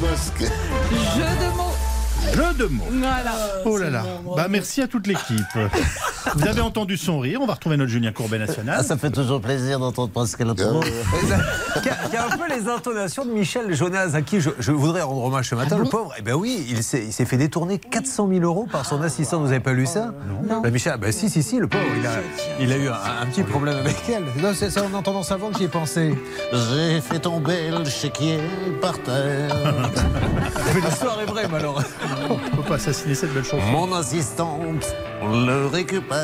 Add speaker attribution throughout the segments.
Speaker 1: Mosque.
Speaker 2: Jeu de mots.
Speaker 3: Jeu de mots.
Speaker 2: Voilà.
Speaker 3: Oh là là. Bah, merci à toute l'équipe. Vous avez entendu son rire. On va retrouver notre Julien Courbet
Speaker 4: Ah,
Speaker 3: national.
Speaker 4: ça fait toujours plaisir d'entendre Pascal Autrement.
Speaker 5: qui, a, qui a un peu les intonations de Michel Jonas, à qui je, je voudrais rendre hommage ce matin. le pauvre, eh ben oui, il s'est il s'est fait détourner 400 000 euros par son assistant. Vous avez pas lu ça Non. Michel, ben si, si, si, le pauvre, il a, il a eu un, un petit problème avec elle. Non, c'est ça, en entendant sa voix que j'y ai pensé.
Speaker 4: J'ai fait tomber le chéquier par terre.
Speaker 5: Mais l'histoire est vraie, malheureusement.
Speaker 3: On ne peut pas assassiner cette belle chanson.
Speaker 4: Mon assistante le récupère.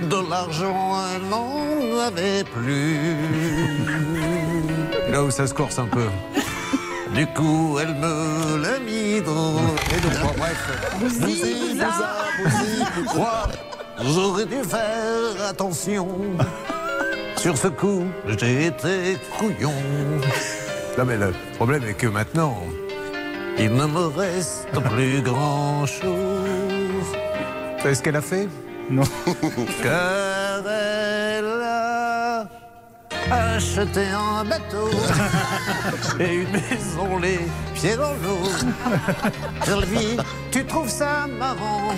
Speaker 4: De l'argent, elle n'en avait plus.
Speaker 5: Là où ça se corse un peu.
Speaker 4: Du coup, elle me l'a mis dans. Et donc, bon, bref. Boussi, boussa, boussi, boussa. J'aurais dû faire attention. Sur ce coup, j'ai été couillon.
Speaker 5: Non, mais le problème est que maintenant,
Speaker 4: Il ne me reste plus grand chose.
Speaker 5: vous savez ce qu'elle a fait
Speaker 3: Non.
Speaker 4: Car elle a acheté un bateau et une maison les pieds dans l'eau. Sylvie, tu trouves ça marrant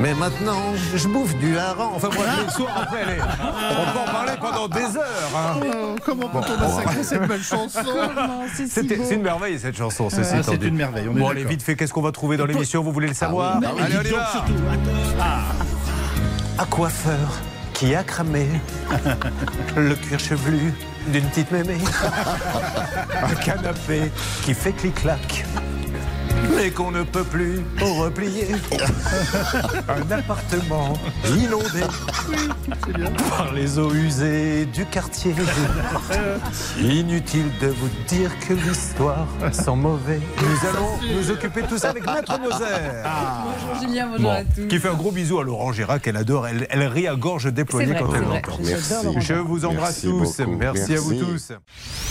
Speaker 4: mais maintenant, je bouffe du hareng. Enfin,
Speaker 5: Enfin, moi, le soir après, elle est- on peut en parler pendant des heures. hein.
Speaker 3: Oh, Comment peut-on massacrer cette belle chanson
Speaker 5: C'était- C'est une merveille cette chanson, ceci
Speaker 3: Ah,
Speaker 5: étant
Speaker 3: c'est
Speaker 5: dit.
Speaker 3: une merveille, on est
Speaker 5: Bon, allez,
Speaker 3: d'accord.
Speaker 5: vite fait, qu'est-ce qu'on va trouver dans l'émission Vous voulez le savoir
Speaker 3: Ah oui,
Speaker 5: Allez, on y
Speaker 3: dites donc
Speaker 5: va. Ah.
Speaker 3: surtout.
Speaker 5: Un coiffeur qui a cramé le cuir chevelu d'une petite mémé. Un canapé qui fait clic-clac. Mais qu'on ne peut plus replier. Un appartement inondé par les eaux usées du quartier. Inutile de vous dire que l'histoire sent mauvais. Nous allons nous occuper de tout ça avec Maître Moser.
Speaker 2: Bonjour Julien, bonjour
Speaker 5: Bon,
Speaker 2: à tous.
Speaker 5: qui fait un gros bisou à Laurent Gérard qu'elle adore. Elle, elle rit à gorge
Speaker 2: C'est
Speaker 5: déployée
Speaker 2: vrai,
Speaker 5: quand
Speaker 2: c'est
Speaker 5: elle
Speaker 2: vrai.
Speaker 5: l'entend.
Speaker 2: J'adore
Speaker 1: Merci.
Speaker 2: Laurent
Speaker 5: Je vous embrasse
Speaker 1: Merci
Speaker 5: tous.
Speaker 1: beaucoup.
Speaker 5: Merci à vous
Speaker 1: Merci.
Speaker 5: tous.